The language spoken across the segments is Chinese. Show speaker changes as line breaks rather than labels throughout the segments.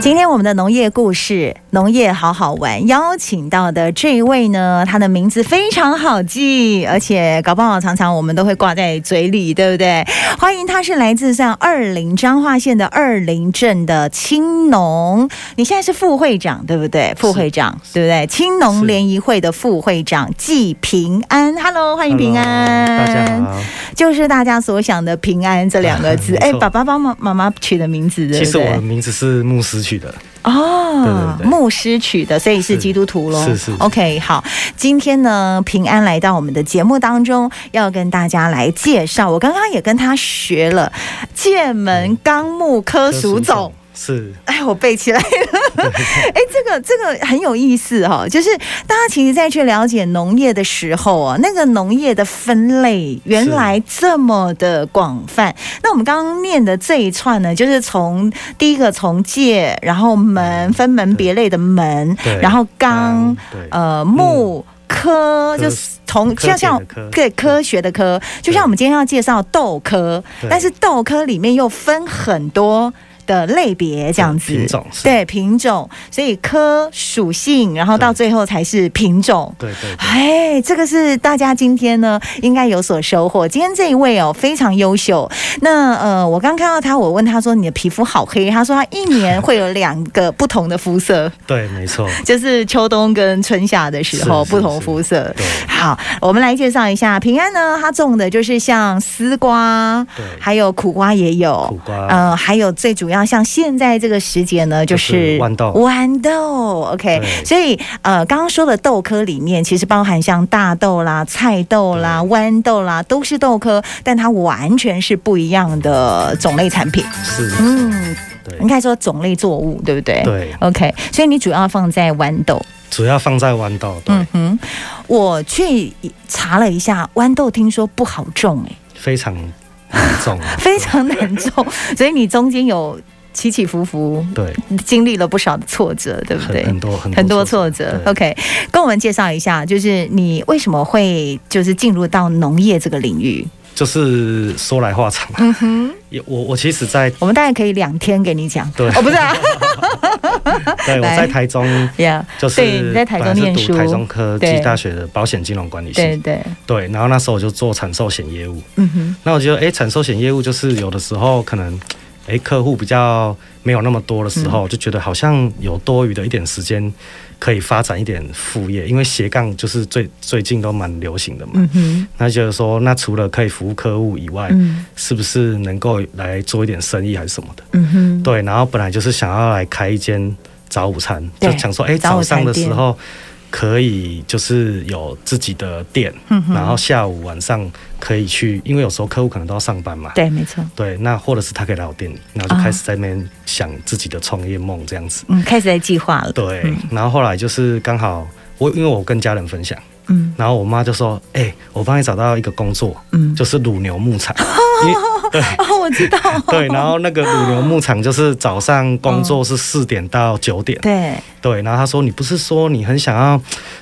今天我们的农业故事，农业好好玩，邀请到的这一位呢，他的名字非常好记，而且搞不好常常我们都会挂在嘴里，对不对？欢迎，他是来自像二林彰化县的二林镇的青农，你现在是副会长，对不对？副会长，对不对？青农
是
联谊会的副会长季平安，Hello，欢迎平安
Hello，大家好。
就是大家所想的平安这两个 字。
没
哎、
错
爸爸帮妈妈妈取的名字，对
其
不
实我的
对？
名字是牧师取的，
哦，
对对对
牧师取的，所以是
是
基督徒喽。
是是是
OK，好，今天呢，平安来到我们的节目当中，要跟大家来介绍。我刚刚也跟他学了界门纲目科属种。
是
哎，我背起来了。 哎，这个这个很有意思哈、哦，就是大家其实在去了解农业的时候啊，那个农业的分类原来这么的广泛。那我们刚刚念的这一串呢，就是从第一个从界，然后门分门别类的门，
对
然后纲
嗯，对，
呃木。科就是从
科
像
学的
像
科
对科学的科，就像我们今天要介绍豆科，
对
但是豆科里面又分很多的类别，这样子
品种是
对品种，所以科属性，然后到
对
最后才是品种。
对对对
哎，这个是大家今天呢应该有所收获。今天这一位哦非常优秀，那呃我刚看到他，我问他说你的皮肤好黑，他说他一年会有两个不同的肤色，
对，没错，
就是秋冬跟春夏的时候
是是
不同肤色。
对
好，我们来介绍一下平安呢，他种的就是像丝瓜，
对，
还有苦瓜也有，
苦瓜，
嗯，还有最主要像现在这个时节呢，就
就是
是
豌豆
豌豆，OK，
对
所以呃，刚刚说的豆科里面，其实包含像大豆啦、菜豆啦、豌豆啦，都是豆科，但它完全是不一样的种类产品。
是，
嗯，
对
应该说种类作物，对不对？。
对，
OK，所以你主要放在豌豆。
主要放在豌豆，对
嗯，哼，我去查了一下，豌豆听说不好种、欸，，
非常难种 啊
非常难种， 所以你中间有起起伏伏，
对，
经历了不少的挫折，对不
很
对？
很多很
很多挫折。
对
OK，跟我们介绍一下，就是你为什么会就是进入到农业这个领域？
就是说来话长，
嗯哼，
也我我其实 在
我们大概可以两天给你讲。
对
哦，不是啊
对我
来
在台中
，Yeah，
就是
对你在台中
本来是
念
读
书
台中科
对
技大学的保险金融管理系，
对对，
对，然后那时候我就做产寿险业务，
嗯哼，
那我觉得，哎、产寿险业务就是有的时候可能，哎、客户比较没有那么多的时
嗯
候，就觉得好像有多余的一点时间可以发展一点副业，因为斜杠就是最最近都蛮流行的嘛。
嗯哼，
那就是说，那除了可以服务客户以外，
嗯
是不是能够来做一点生意还是什么的？
嗯哼，
对，然后本来就是想要来开一间早午餐，
对
就想说，哎、
早午
早
餐
上的时
店
候可以就是有自己的店，
嗯哼
然后下午晚上可以去，因为有时候客户可能都要上班嘛。
对，没错，
对，那或者是他可以来我店里，然后就
啊
开始在那边想自己的创业梦这样子。
嗯，开始在计划了，
对，
嗯
然后后来就是刚好我因为我跟家人分享，
嗯
然后我妈就说：“哎、我帮你找到一个工作，
嗯，
就是乳牛 牧场。因为
哦，我知道，
对，然后那个乳牛牧场就是早上工作是四点到九点，
对，
对，然后他说你不是说你很想要，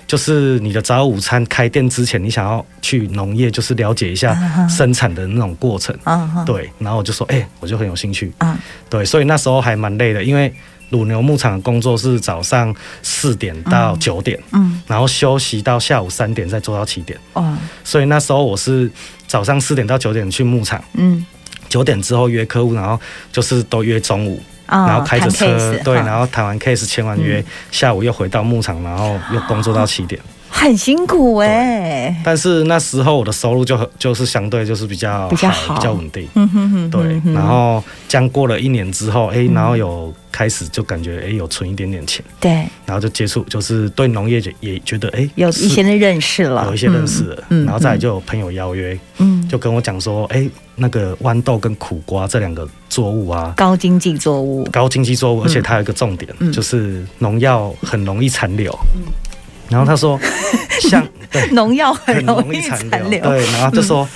就是你的早午餐开店之前，你想要去农业，就是了解一下生产的那种过程。
嗯哼，
对，然后我就说，哎、我就很有兴趣。
嗯
对，所以那时候还蛮累的，因为乳牛牧场的工作是早上四点到九点，
嗯，
然后休息到下午三点，再做到七点。
哦，
所以那时候我是早上四点到九点去牧场，
嗯。
九点之后约客户，然后就是都约中午，
啊
然后开着车，对，然
后
后谈完 case 签完约，
嗯
下午又回到牧场，然后又工作到七点。
哦很辛苦哎、
但是那时候我的收入就很就是相对就是比较
比较好
比较稳定。
嗯哼哼
对
哼，嗯哼
然后这样过了一年之后，哎、然后有开始就感觉哎、有存一点点钱，
对，
然后就接触，就是对农业也也觉得哎、
有
是
一些的认识了，
有一些认识了，
嗯嗯
然后再来就有朋友邀约，
嗯，
就跟我讲说，哎、那个豌豆跟苦瓜这两个作物啊，
高经济作物，
高经济作物，而且它有一个重点，
嗯
就是农药很容易残留。然后他 说，像对
农药很
很
容
容
易
易
残
残
留，
留，对，然后就说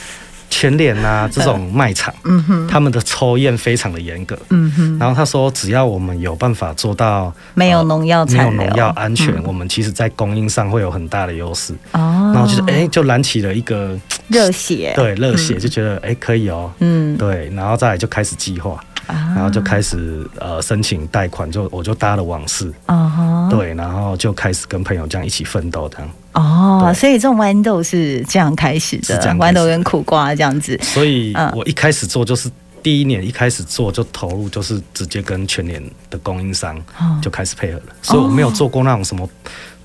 全脸啊这种卖场，
嗯哼，
他们的抽验非常的严格。
嗯哼，
然后他说，只要我们有办法做到
没有农药
没有
残留，
农药安全，
嗯
我们其实在供应上会有很大的优势。
哦，
然后就是哎，就燃起了一个
热血，
对热血，就觉得哎可以哦。
嗯，
对，然后再来就开始计划，
啊
然后就开始呃申请贷款，就我就搭了网市，
哦
对，然后就开始跟朋友这样一起奋斗，这样。
哦，
对
所以这种豌豆是这样开始
是
的
这样，开
豌
始
豆跟苦瓜这样子。
所以
嗯
我一开始做就是第一年一开始做就投入，就是直接跟全联的供应商
哦
就开始配合了，所以我没有做过那种什么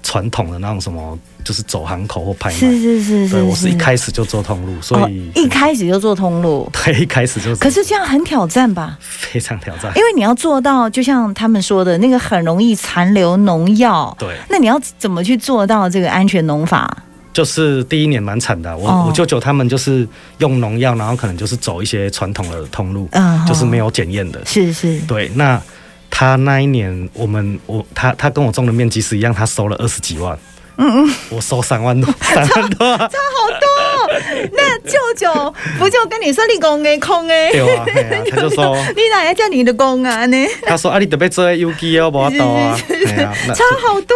传统的那种什么，就是走hàng口或拍
是
卖。
是是
对，
是，
我是一
是
开始就做通路，所
哦
以
一开始就做通路，
对一开始就
可是哎这样很挑战吧？
非常挑战
因。为你要做到，就像他们说的那个很容易残留农药，
对，
那你要怎么去做到这个安全农法？
就是第一年蛮惨的啊、我、
哦
我舅舅他们就是用农药，然后可能就是走一些传统的通路，
嗯
就是没有检验的。
是是
对，那他那一年，我们我他他跟我种的面积是一样，他收了二十几万，嗯嗯，我收 三万多，三万多啊，
那舅舅不就跟你说你公哎空哎，
对啊，嘿啊他就 说，
你哪来叫你的公啊呢？
他说啊，你得被这 U G 哦，我到啊，对啊，那
差好多，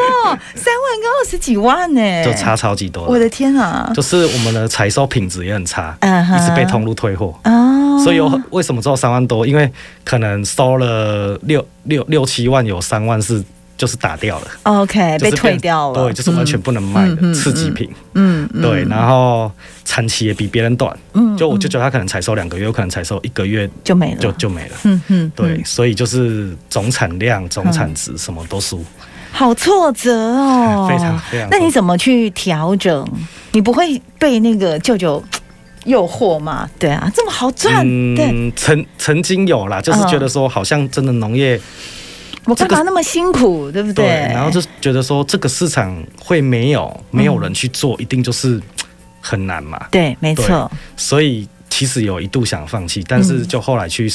三万跟二十几万呢、
就差超级多了，
我的天啊！
就是我们的采收品质也很差，
嗯哼
一直被通路退货。
啊
所以有为什么只有三万多？因为可能收了六六六七万，有三万是就是打掉了，
OK
就是
被退
变
掉了，
对，就是完全不能卖的刺激品。
嗯嗯嗯
对，然后产期也比别人短，
嗯
就我舅舅他可能采收两个月，我可能采收一个月
就没了，
就就没了。
嗯嗯，
对，所以就是总产量、总产值什么都输，
好挫折哦，
非常非常
那你怎么去调整？你不会被那个舅舅诱惑吗？对啊，这么好赚，
嗯
对，，
曾曾经有啦，就是觉得说好像真的农业
我干
这个
嘛那么辛苦，对不
对
嗯对？，
然后就觉得说这个市场会没有没有人去做，
嗯
一定就是很难嘛，
对，没
对
错，
所以。其实有一度想放弃，但
嗯
是就后来去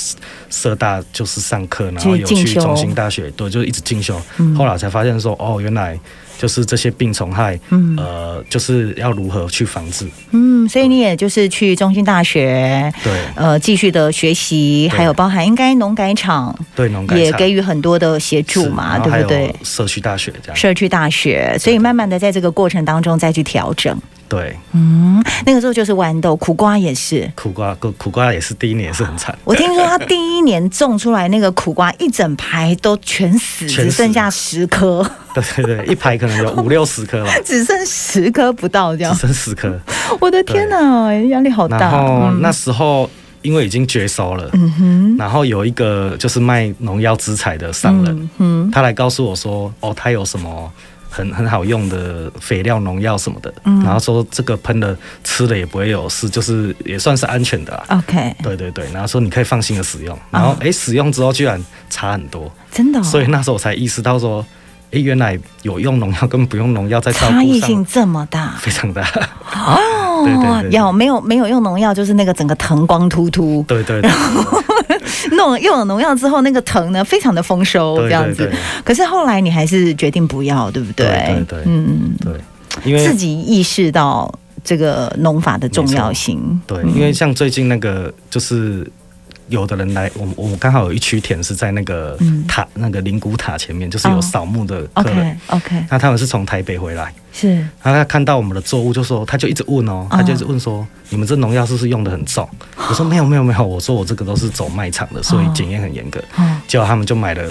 社大就是上课，然后有
进
去
修
中心大学，对，就是一直进修。
嗯
后来才发现说，哦，原来就是这些病虫害，
嗯
呃，就是要如何去防治。
嗯，所以你也就是去中心大学。
对
呃，继续的学习，
对
还有包含应该农改场
对，农改
也
场
给予很多的协助
是
嘛，
然后还
对不对
有？社区大学这样，
社区大学，所以慢慢的在这个过程当中再去调整。
对，
嗯，那个时候就是豌豆、苦瓜也是。
苦瓜苦苦瓜也是第一年也是很惨，
我听说他第一年种出来那个苦瓜，一整排都全死，
全
只
死
剩下十颗，
对对对，一排可能有五六十颗吧，
只剩十颗不到这
只
样。
剩十颗。
我的天哪，压力好
然
大。
后
嗯
那时候因为已经绝收了，
嗯哼，
然后有一个就是卖农药资材的商人，
嗯
他来告诉我说，哦，他有什么很很好用的肥料、农药什么的，
嗯
然后说这个喷了吃了也不会有事，就是也算是安全的啦。
哼，OK，
对对对，然后说你可以放心的使用，
啊
然后诶，使用之后居然差很多，
真的哦、
所以那时候我才意识到说，诶，原来有用农药跟不用农药在照
差
顾
异性
上
这么大
非常大，
哦
对对对对
有没有没有用农药，就是那个整个藤光秃秃，
对 对对
弄用了农药之后，那个藤呢非常的丰收哦这
对
样
对
子
对。
可是后来你还是决定不要，对不对？
对对对
嗯，
对，因
自
为
己意识到这个农法的重要性。
对，因为像最近那个就是。有的人来，我们我们刚好有一区田是在那个
嗯
塔、那个灵骨塔前面，就是
哦
有扫墓的客人。
OK OK，
那他们是从台北回来，
是
然后他看到我们的作物，就说他就一直问哦，他就一直问说、你们这农药是不是用的很重？我说没有没有没有，我说我这个都是走卖场的，所以
哦
检验很严格。
哦，
结果他们就买了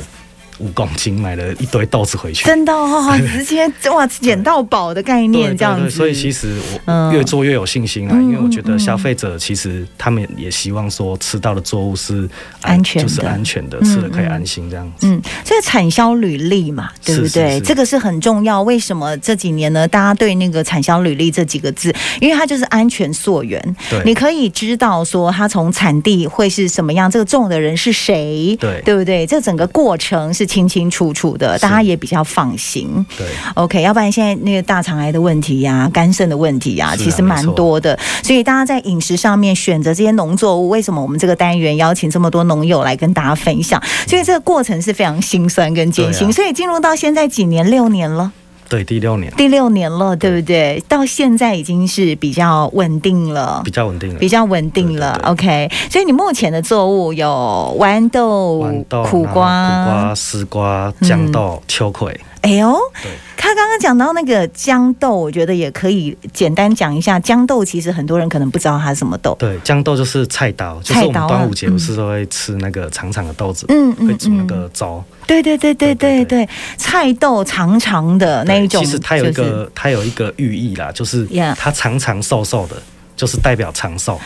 五公斤，买了一堆豆子回去。
真的哦，直接哇捡到宝的概
对
念
对
这样
对
子。
所以其实我
嗯
越做越有信心啦，
嗯
因为我觉得消费者其实他们也希望说吃到的作物是哎
安全的
就是安全的，
嗯
吃了可以安心这样子。
嗯，这个产销履历嘛，对不对？
是是是
这个是很重要。为什么这几年呢？大家对那个产销履历这几个字，因为它就是安全溯源，
对
你可以知道说它从产地会是什么样，这个种的人是谁，
对
对不对？这整个过程是清清楚楚的，
是
大家也比较放心。
对
OK，要不然现在那个大肠癌的问题呀、肝肾的问题呀、
是啊
其实蛮多的。所以大家在饮食上面选择这些农作物，为什么我们这个单元邀请这么多农友来跟大家分享？所以这个过程是非常辛酸跟艰辛。
对啊
所以进入到现在几年，六年了，
对，第六年
第六年了，对不对？到现在已经是比较稳定了。
比较稳定了
比。较稳定了，OK。所以你目前的作物有豌豆、
豌豆、
苦
然后苦
瓜嗯
瓜、丝瓜、豌豆、秋葵，
哎呦，
对
他刚刚讲到那个豇豆，我觉得也可以简单讲一下。豇豆其实很多人可能不知道它是什么豆，
对，豇豆就是菜刀，就是
菜
我
刀
们
啊
端午节不是都会吃那个长长的豆子，
嗯嗯
会煮那个粥。
对对对对对
对对
对，菜豆长长的那一种，
其实它有一
就
个、
是
它有一个寓意啦，就是
Yeah
它长长瘦瘦的，就是代表长寿。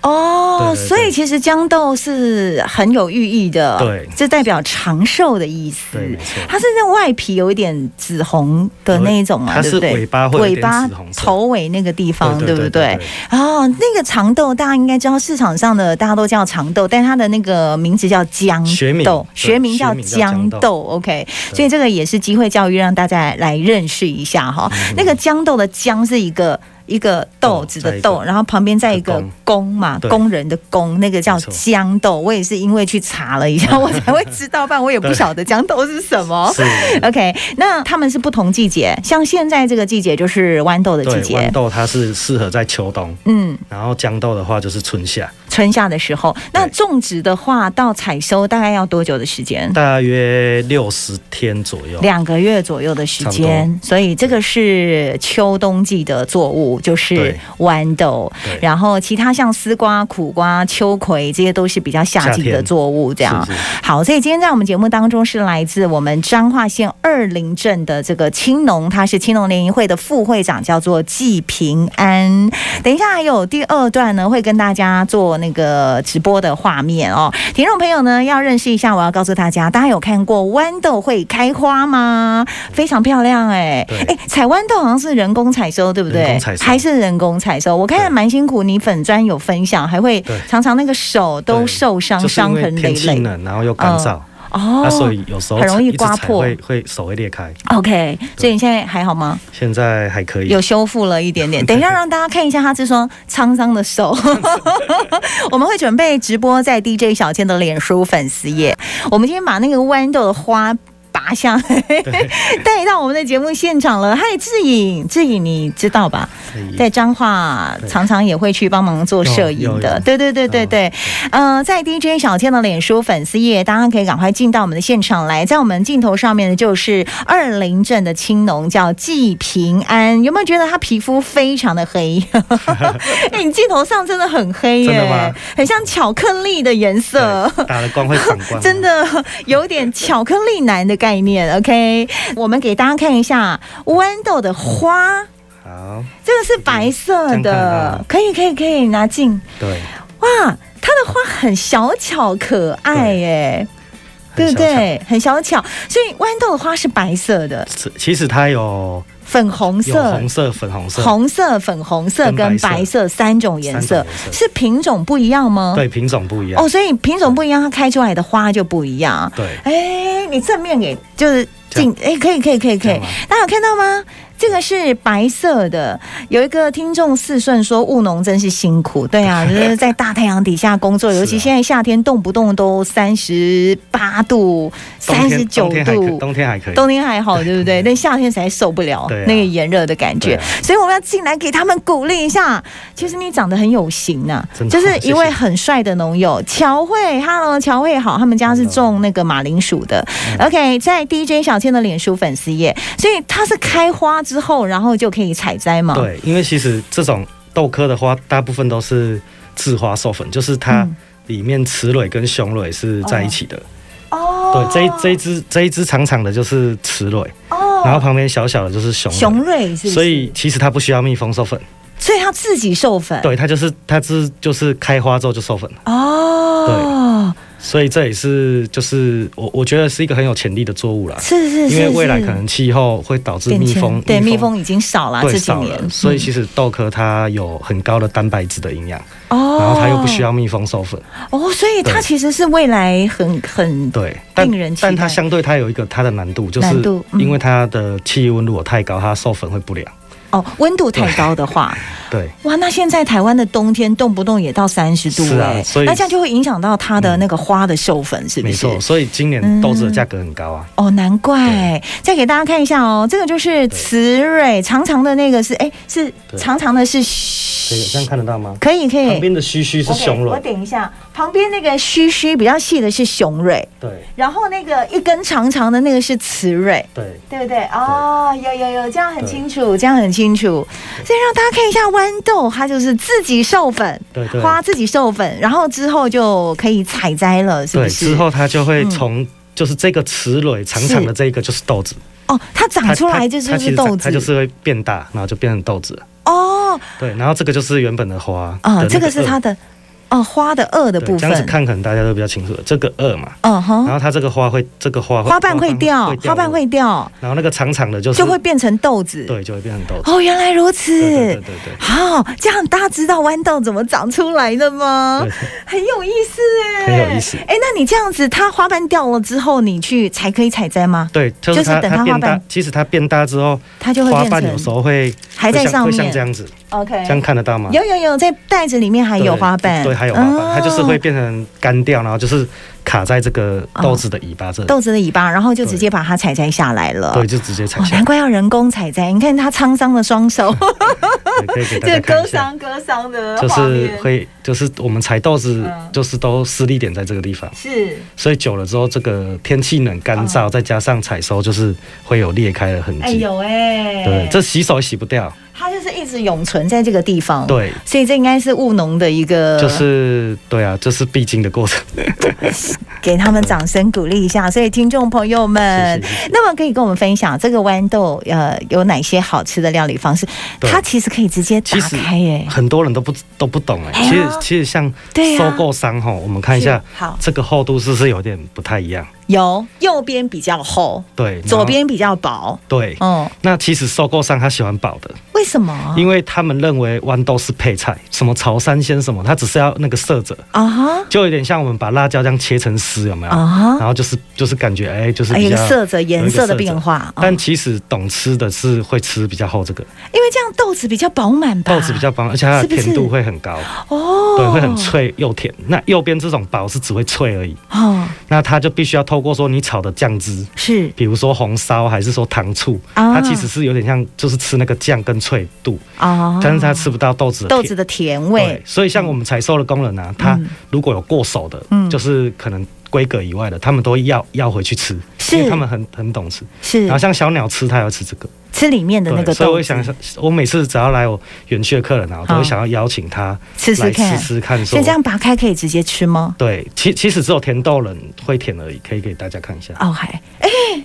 哦，
对对对
所以其实豇豆是很有寓意的，
对
这代表长寿的意思
对没错。
它是那外皮有一点紫红的那一种嘛，
它
对
是
不对？
尾巴会有
尾
一点
巴
紫红色
头尾那个地方，
对
对
对
不
对
对
对对？
哦，那个长豆大家应该知道，市场上的大家都叫长豆，但它的那个名字叫豇
学名
豆
对，
学名叫
学名叫
豇
豇豆
豆。OK，
对
所以这个也是机会教育，让大家来认识一下哈。
嗯
那个豇豆的豇是一个。一个豆
豆
子
再
的
一个
豆，然后旁边再一个
工
工嘛，
对
工人的工，那个叫
没错
豇豆。我也是因为去查了一下，我才会知道，不然我也不
对
晓得豇豆是什么。
是
OK，那他们是不同季节，像现在这个季节就是豌豆的季
对，豌
节，
豆它是适合在秋冬，
嗯，
然后豇豆的话就是春夏，
春夏的时候。那
对
种植的话，到采收大概要多久的时间？
大约六十天左右。
两个月左右的时
差
间，所以这个是秋冬季的作物，就是
对
豌豆。
对
然后其他像丝瓜、苦瓜、秋葵，这些都是比较夏季
夏
的
天
作物，这样。啊
是是
好，所以今天在我们节目当中是来自我们彰化县二林镇的这个青农，他是青农联谊会的副会长，叫做季平安。等一下还有第二段呢，会跟大家做那个直播的画面哦。听众朋友呢，要认识一下，我要告诉大家，大家有看过豌豆会开花吗？非常漂亮哎、
对
哎、采豌豆好像是人工采收，对不对？
人工采收
还是人工采收？我看
对
蛮辛苦，你粉砖有分享，还会
对
常常那个手都
对
受伤，
就是因
伤
为
痕累
天气
累。
冷，然后又干燥，
哦，
那啊所以有时候
很容易
一直踩
刮破
会会手会裂开。
OK，所以你现在还好吗？
现在还可以，
有修复了一点点。等一下让大家看一下他这双沧桑的 手。我们会准备直播在 DJ 小倩的脸书粉丝页。我们今天把那个豌豆的花。拔下来， 带到我们的节目现场了。嗨，志颖，志颖，你知道吧？
可以
在彰化
对
常常也会去帮忙做摄影
哦有有
的
有，
对对对对对。呃，在 DJ 小天的脸书粉丝页，大家可以赶快进到我们的现场来，在我们镜头上面的就是二林镇的青农，叫季平安。有没有觉得他皮肤非常的 黑？哎、你镜头上真的很黑耶、
真的吗
很像巧克力的颜色。
对打了光会反 光，啊
真。的有点巧克力男的概念，OK？我们给大家看一下豌豆的花，
好，
这个是白色
这样看得
的
到，
可以可以可以拿近。
对，
哇，它的花很小巧可爱耶，对
很
不
小巧？
对？很小巧，所以豌豆的花是白色的、
是其实它有
粉红
有
色、
红色、粉红色，
红色粉红色
跟
跟
白色
白色三种颜色
三种颜，色
是品种不一样吗？
对品种不一样。
哦，所以品种不一样，它开出来的花就不一样。
对，
哎，你正面给就是近，哎，可以可以可以可
这
以
样吗，
大家有看到吗？这个是白色的，有一个听众四顺说务农真是辛苦，对 啊，就是在大太阳底下工作，
是啊
尤其现在夏天动不动都三十八度、三
冬
十
天
九
冬天还可
度，
冬天还可以。
冬天还好，对不 对？
冬天
但夏天实在受不了、
对啊
那个炎热的感觉，
对啊
所以我们要进来给他们鼓励一下。其实你长得很有型呐、
真的
就是一位
谢谢
很帅的农友乔慧。Hello，乔慧好，他们家是种那个马铃薯的。OK，在
嗯
DJ 小倩的脸书粉丝页，所以它是开花之后，然后就可以采摘嘛。
对，因为其实这种豆科的花，大部分都是自花授粉，就是它
嗯
里面雌蕊跟雄蕊是在一起的。
哦，
对，这一这一只这一只长长的就是雌蕊，然后
哦，
旁边小小的就是雄蕊。
雄蕊是不是？
所以其实它不需要蜜蜂授粉，
所以它自己授粉。
对，它就是它是就是开花之后就授粉了，
哦，
所以这也是就是我我觉得是一个很有潜力的作物啦，
是是是，
因为未来
是
可能气候会导致
变
蜜
迁
蜂
对蜜蜂已经少了啊这
对
几
少
年，
了，所以
嗯
其实豆科它有很高的蛋白质的营养，
哦，
然后它又不需要蜜蜂授粉，
哦，所以它
对
其实是未来很很
对，但
令人期待
但它相对它有一个它的难度，就
难
是
度嗯
因为它的气温如果太高，它授粉会不良，
哦，温度太高的话，
对，
哇，那现在台湾的冬天动不动也到三十度
是啊
哎、
所以嗯
那这样就会影响到它的那个花的授粉，是不
没
是？
错，所以今
嗯
年豆子的价格很高啊，
哦，难怪
对。
再给大家看一下哦，这个就是雌蕊，长长的那个是哎、是
对
长长的是
这个这样看得到吗？
可以可以
旁，边的须须是
OK，
雄
我
蕊，
点一下，旁边那个须须比较细的是雄蕊，
对
然后那个一根长长的那个是雌蕊。
对，
对不对？哦，有有有，这样很清楚，这样很清楚。所以让大家看一下豌豆，它就是自己授粉，
对对
花自己授粉，然后之后就可以采摘了，是不
对，
是？
之后它就会从就是这个雌蕊长长的
是
这个就是豆子，
哦，它长
它
出来
它
就
它
就
其
是
实长
豆子，
它就是会变大，然后就变成豆子了。
哦
对，然后这个就是原本的花
啊、
的那
这个是它
萼
的哦花的萼的
对
部
这样子
分，
看可能大家都比较清楚了，这个萼嘛，
嗯哼
然，后它这个花会这个花
花瓣会掉，花瓣，会掉，
然后那个长长的就是
就会变成豆子。
对，就会变成豆子。
哦，原来如此。
对对对对对。
好，这样大家知道豌豆怎么长出来的吗
对？
很有意思哎，
很有意思
哎，那你这样子，它花瓣掉了之后，你去才可以采摘吗？
对，就
就是是
它
等它
它
花
变大
瓣，
其实它变大之后，
它就会
花
变
瓣有时
成
候会
还
会
在
像
上
会像这
面。
样子，这样
OK，
看得到吗？
有有有，在袋子里面还有
对
花瓣，
对，还有花瓣，
哦
它就是会变成干掉，然后就是卡在这个豆子的尾巴这里，
豆子的尾巴，然后就直
对
接把它采摘下来了。
对，就直接采
哦，
下
难，怪要人工采摘，你看它沧桑的双手，
对可以 给大
哦 这割
家看一下。
伤割伤的
就
画
是
面
会，就是我们采豆子
嗯，
就是都施力点在这个地方，
是
所以久了之后，这个天气冷干燥，再加上采收，就是会有裂开的痕
嗯哎
迹。
有哎，
对，这洗手也洗不掉。
它就是一直永存在这个地方。。
对，
所以这应该是务农的一个，
就是对啊，这是必经的过程。
给他们掌声鼓励一下。所以听众朋友们，
谢谢谢谢
那么可以跟我们分享这个豌豆呃有哪些好吃的料理方式？
对
它其实可以直接打
其实
开耶、
很多人都不都不懂哎、
哎呀
其实其实像
对啊
收购商哈、我们看一下
是好
这个厚度是不是有点不太一样？
有右边比较厚，
对，然后
左边比较薄。
对。
嗯，
那其实收购商他喜欢薄的，
为什么？
因为他们认为豌豆是配菜，什么潮汕鲜什么，他只是要那个色泽，
啊哈
就有点像我们把辣椒这样切成丝，有没有？
啊哈，
然后就是就是感觉哎、就是
哎
比
有
较
色泽、颜色的变
化。
化，嗯
但其实懂吃的是会吃比较厚这个
因为这样豆子比较饱满吧，
豆子比较薄，而且它
啊是
的
不是
甜度会很高，
哦，
对，会很脆又甜。那右边这种薄是只会脆而已，
哦，
那它就必须要透过说你炒的酱汁，
是
比如说红烧还是说糖醋，
啊
它其实是有点像就是吃那个酱跟脆度，
啊，
但是它吃不到豆子的
豆
甜
子的甜
对
味，，
所以像我们采收的工人啊，他如果有过手的，
嗯
就是可能规格以外的，他们都会要要回去吃，
是
因为他们很很懂吃。
是
然后像小鸟吃，它要吃这个，
吃里面的嗯那个
所以我
豆
会
子
想，，我每次只要来我园区的客人啊，我都会想要邀请他
吃吃
来
看
吃。吃看，
所
说
以这样拔开可以直接吃吗？
对，其其实只有甜豆人会甜而已，可以给大家看一下，
哦，还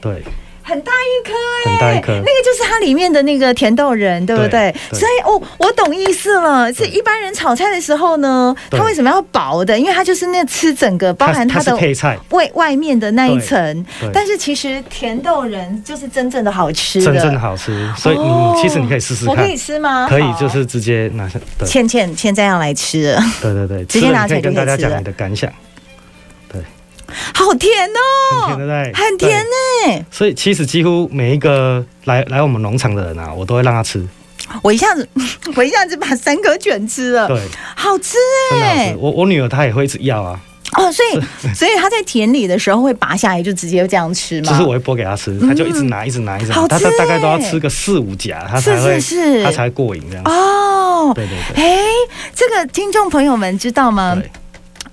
对。
很大一颗哎、
很大一颗
那个就是它里面的那个甜豆仁，对不对？
对对
所以哦，我懂意思了。是一般人炒菜的时候呢，
对
它为什么要薄的？因为它就是那吃整个，包含它
它是
的
配菜，
外外面的那一层
对。
但是其实甜豆仁就是真正的好吃的，
真正好吃，所以你、
哦
其实你可以试试
我
看，
可以吃吗？
可以
好
就是直接拿下，对
倩倩现在要来吃了，
对对对，
直接
吃了
拿起
你可
来
以跟
就可以
大家
吃了
讲你的感想，
好甜哦，
很甜对不对？
很甜
对
哎、
所以其实几乎每一个来来我们农场的人啊，我都会让他吃，
我一下子 我一下子把三颗全吃了，
对，
好吃
真的好
哎
吃。、我我女儿她也会一直要啊，
哦， 所以所以他在田里的时候会拔下来就直接这样吃吗？
就是我会剥给她吃，她就一直拿，一直拿，一直
嗯好
拿，
吃
她她大概都要
欸
吃个四五夹，她
是
才会
是是
她才会过瘾这样子。
哦。
对对对。
哎，这个听众朋友们知道吗？
对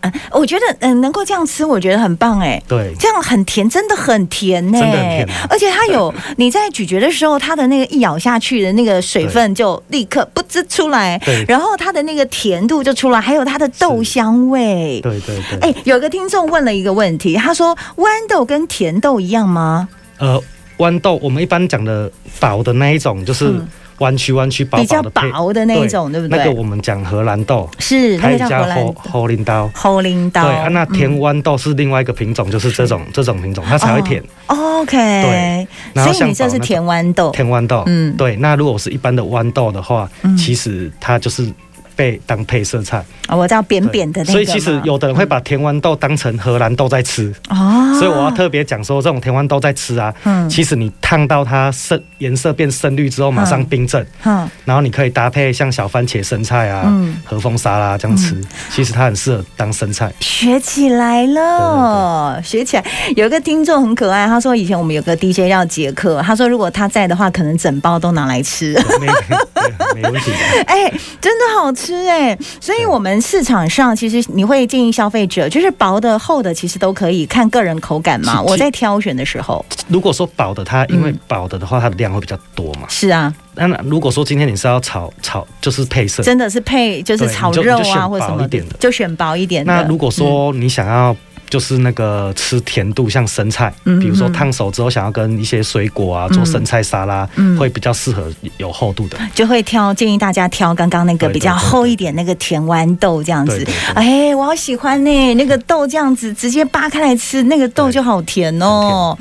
呃我觉得嗯、呃能够这样吃，我觉得很棒哎。
对
这样很甜，真的很甜呢、
真的很甜啊
而且它有你在咀嚼的时候，它的那个一咬下去的那个水分就立刻不知出来
对，
然后它的那个甜度就出来，还有它的豆香味。
对对对，
哎、有个听众问了一个问题，他说：“豌豆跟甜豆一样吗？
呃，豌豆我们一般讲的薄的那一种，就是
嗯
弯曲弯曲薄
比较
薄的配
薄的那一种，对不对？
那个我们讲荷兰豆，
是那
台
个
语
叫
叫
荷兰
猴猴林刀。
猴铃
对
刀。嗯
啊，那甜豌豆是另外一个品种，就是这种这种品种，它才会甜。
哦 OK，
对然后
所以你这
像宝
是
那
甜豌豆。
甜豌豆，
嗯
对。那如果是一般的豌豆的话，其实它就是被当配色菜。
啊我知道扁
对
扁的那个嘛。
所以其实有的人会把甜豌豆当成荷兰豆在吃，
哦，
所以我要特别讲说，这种甜豌豆在吃啊，
嗯
其实你烫到它深颜色变深绿之后，马上冰镇，
哼
然后你可以搭配像小番茄生菜啊、
嗯
和风沙拉这样吃，其实它很适合当生菜。
学起来了，学起来。有一个听众很可爱，他说以前我们有个 DJ 叫杰克，他说如果他在的话，可能整包都拿来吃。
没没没问题的。
哎、真的好吃吃哎、所以我们市场上其实你会建议消费者，就是薄的、厚的，其实都可以看个人口感嘛。
是是
我在挑选的时候，
如果说薄的它，因为
嗯
薄的的话，它的量会比较多嘛。
是啊，
那、如果说今天你是要炒炒，就是配色，
真的是配就是
对
炒
你就
肉
你就
啊
选
或什
薄
么
一点的
就选薄一点的。
那如果说你想要就是那个吃甜度，像生菜，
嗯
比如说
嗯
烫熟之后想要跟一些水果啊做生菜沙拉，
嗯
会比较适合有厚度的。
就会挑建议大家挑刚刚那个
对
比较
对对
厚一点那个甜豌豆这样
对
子
对。对，
哎，我好喜欢呢、那个豆这样子直接扒开来吃，那个豆
对
就好甜哦。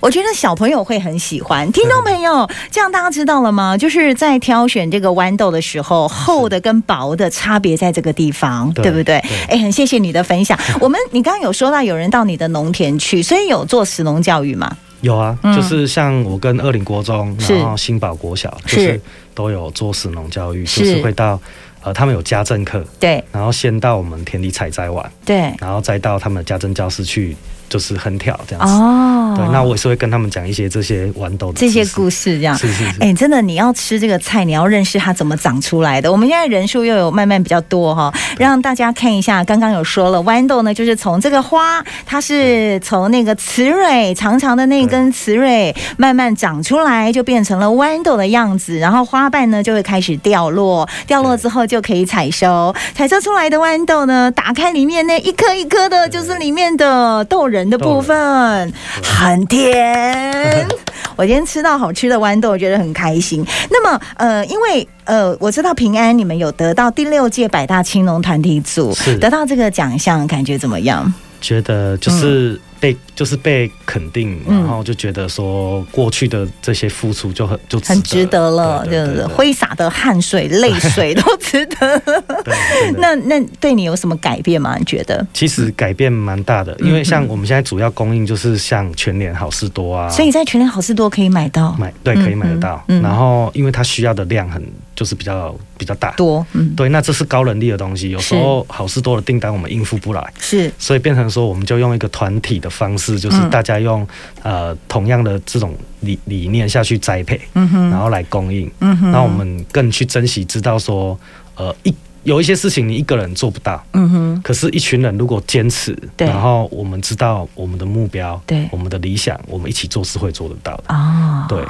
我觉得小朋友会很喜欢。听众朋 友，这样大家知道了吗？就是在挑选这个豌豆的时候，厚的跟薄的差别在这个地方，
嗯对
对不对？
对
哎，很谢谢你的分 享。我们你刚刚有说到有人到你的农田去，所以有做食农教育嘛？
有啊，
嗯
就是像我跟二林国中，
是
然后新宝国小，
是
就是都有做食农教育，
是
就是会到呃他们有家政课，
对
然后先到我们田里采摘完，
对
然后再到他们的家政教室去就是横跳这样子。
哦，
对，那我也是会跟他们讲一些这些豌豆的
这些
知识
故事这样。
是是是，
哎、真的，你要吃这个菜，你要认识它怎么长出来的。我们现在人数又有慢慢比较多哈，让大家看一下。刚刚有说了，豌豆呢，就是从这个花，它是从那个雌蕊长长的那根雌蕊慢慢长出来，就变成了豌豆的样子。然后花瓣呢就会开始掉落，掉落之后就可以采收。采收出来的豌豆呢，打开里面那一颗一颗的，
对
就是里面的豆仁的部分，很甜。我今天吃到好吃的豌豆，我觉得很开心。那么，呃，因为呃，我知道平安你们有得到第六届百大青农团体组
是
得到这个奖项，感觉怎么样？
觉得就是被、就是被肯定，
嗯
然后就觉得说过去的这些付出就很就
很值得了，
对
对
对
不对？
对
挥洒的汗水、泪水都值得。
对对对
那那对你有什么改变吗？你觉得？
其实改变蛮大的，
嗯
因为像我们现在主要供应就是像全联、好事多啊，
所以在全联好事多可以买到
买对
嗯
可以买得到，
嗯嗯
然后因为它需要的量很就是比较比较大，
多，嗯，
对，那这是高能力的东西，有时候好事多的订单我们应付不来。
是
所以变成说，我们就用一个团体的方式，就是
嗯
大家用、呃同样的这种理理念下去栽培，
嗯哼
然后来供应。
嗯哼
那我们更去珍惜，知道说，呃，一有一些事情你一个人做不到，
嗯哼，
可是，一群人如果坚持，
对
然后我们知道我们的目标，
对
我们的理想，我们一起做是会做得到的。
哦，
对，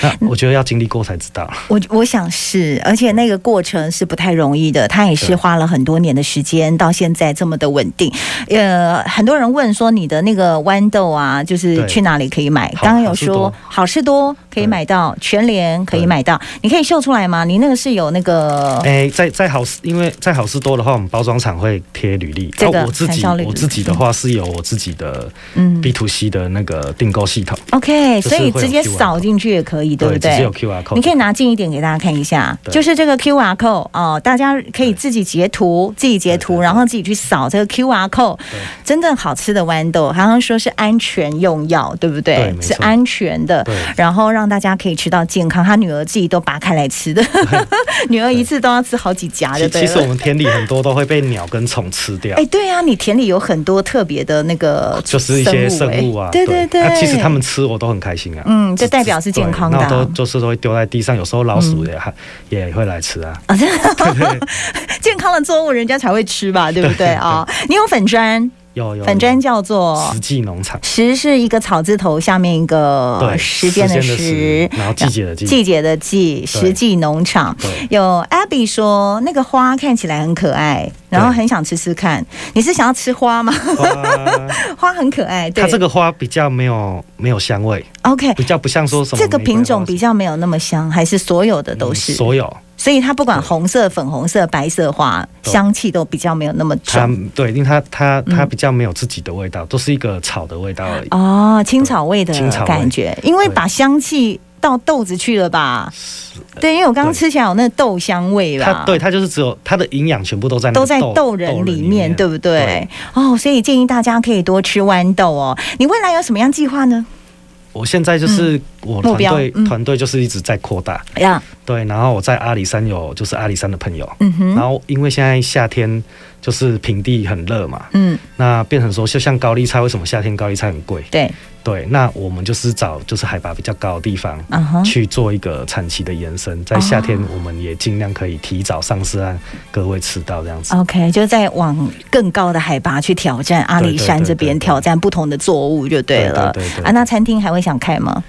那我觉得要经历过才知道。
我我想是，而且那个过程是不太容易的，他也是
对
花了很多年的时间，到现在这么的稳定。呃，很多人问说你的那个豌豆啊，就是
对
去哪里可以买？
好
刚刚有
好事
说
多
好事多可以
对
买到，全联可以
对
买到，你可以秀出来吗？你那个是有那个
哎、在在好事，因为在好事多的话，我们包装厂会贴履历。
这个
啊我自己
产销履历
我自己的话是有我自己的
嗯
B to C 的那个订购系统，
OK，
就是
所以
会有
直接
QR
扫进去也可以，对不
直接
对
有？QR code。
你可以拿近一点给大家看一下，
对
就是这个 QR code 哦，大家可以自己截图，自己截
对
图，
对对
然后自己去扫这个 QR code，
对
真正好吃的豌豆，好像说是安全用药，对不对？
对没错
是安全的。
对
然后让大家可以吃到健康，他女儿自己都拔开来吃的， 女儿一次都要吃好几夹的，
其
对
其实我
了。
们田里很多都会被鸟跟虫吃掉。
哎，对啊，你田里有很多特别的那个
就是一些生
哎
物啊，
对对对。
那其实他们吃我都很开心啊，
嗯这代表是健康的啊嗯
对那我都就是都会丢在地上，有时候老鼠也还、也会来吃啊，
健康的作物，人家才会吃 吧，对不对啊？你有粉砖，
有有
粉砖
有
叫做
实际农场，
时是一个草字头下面一个
对
哦时间的
时间
时
的时，然后季节的 季
季节的季，实际农场。
对，
有 Abby 说那个花看起来很可爱，然后很想吃吃看。你是想要吃花吗？
花
花很可爱，对，
它这个花比较没有没有香味，
OK，
比较不像说什么
这个
玫瑰
品种
花
比较没有那么香，还是所有的都
嗯
是，
所有
所以它不管红色、粉红色、白色花，
对
香气都比较没有那么
它
重。
对，因为它它它
嗯
比较没有自己的味道，都是一个草的味道而已，
哦，青草味的
青草味
感觉，因为
对
把香气到豆子去了吧？对，因为我刚刚
对
吃起来有那豆香味吧
它？对它就是只有它的营养全部都在那个
都在豆
豆
仁里
里
面，对不对
对？
哦，所以建议大家可以多吃豌豆哦。你未来有什么样计划呢？
我现在就是我
目
团
标
队
嗯
团队就是一直在扩大，
呀，
对，然后我在阿里山有就是阿里山的朋友，
嗯哼，
然后因为现在夏天就是平地很热嘛，
嗯，
那变成说就像高丽菜，为什么夏天高丽菜很贵？
对，
对，那我们就是找就是海拔比较高的地方。
啊哈，
去做一个产期的延伸，
哦
在夏天我们也尽量可以提早上市，让各位吃到这样子。
OK，就再往更高的海拔去挑战阿里山
对对对
这边，
对对
挑战不同的作物就对了。
对对对对
啊，那餐厅还会想开吗？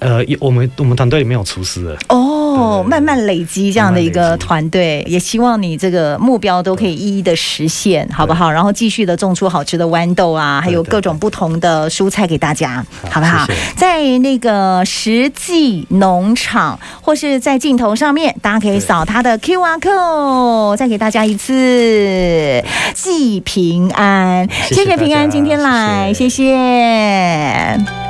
呃，一我们我们团队里面有厨师的，
哦，
对对对
慢慢累积这样的一
慢慢
个
累积
团队，也希望你这个目标都可以一一的实现，好不好？然后继续的种出好吃的豌豆啊，还有
对对
各种不同的蔬菜给大家，好不好？
谢谢
在那个实际农场或是在镜头上面，大家可以
对
扫它的 QR code，再给大家一次，既平安，
谢谢
平安
大家
今天来，
谢谢
谢谢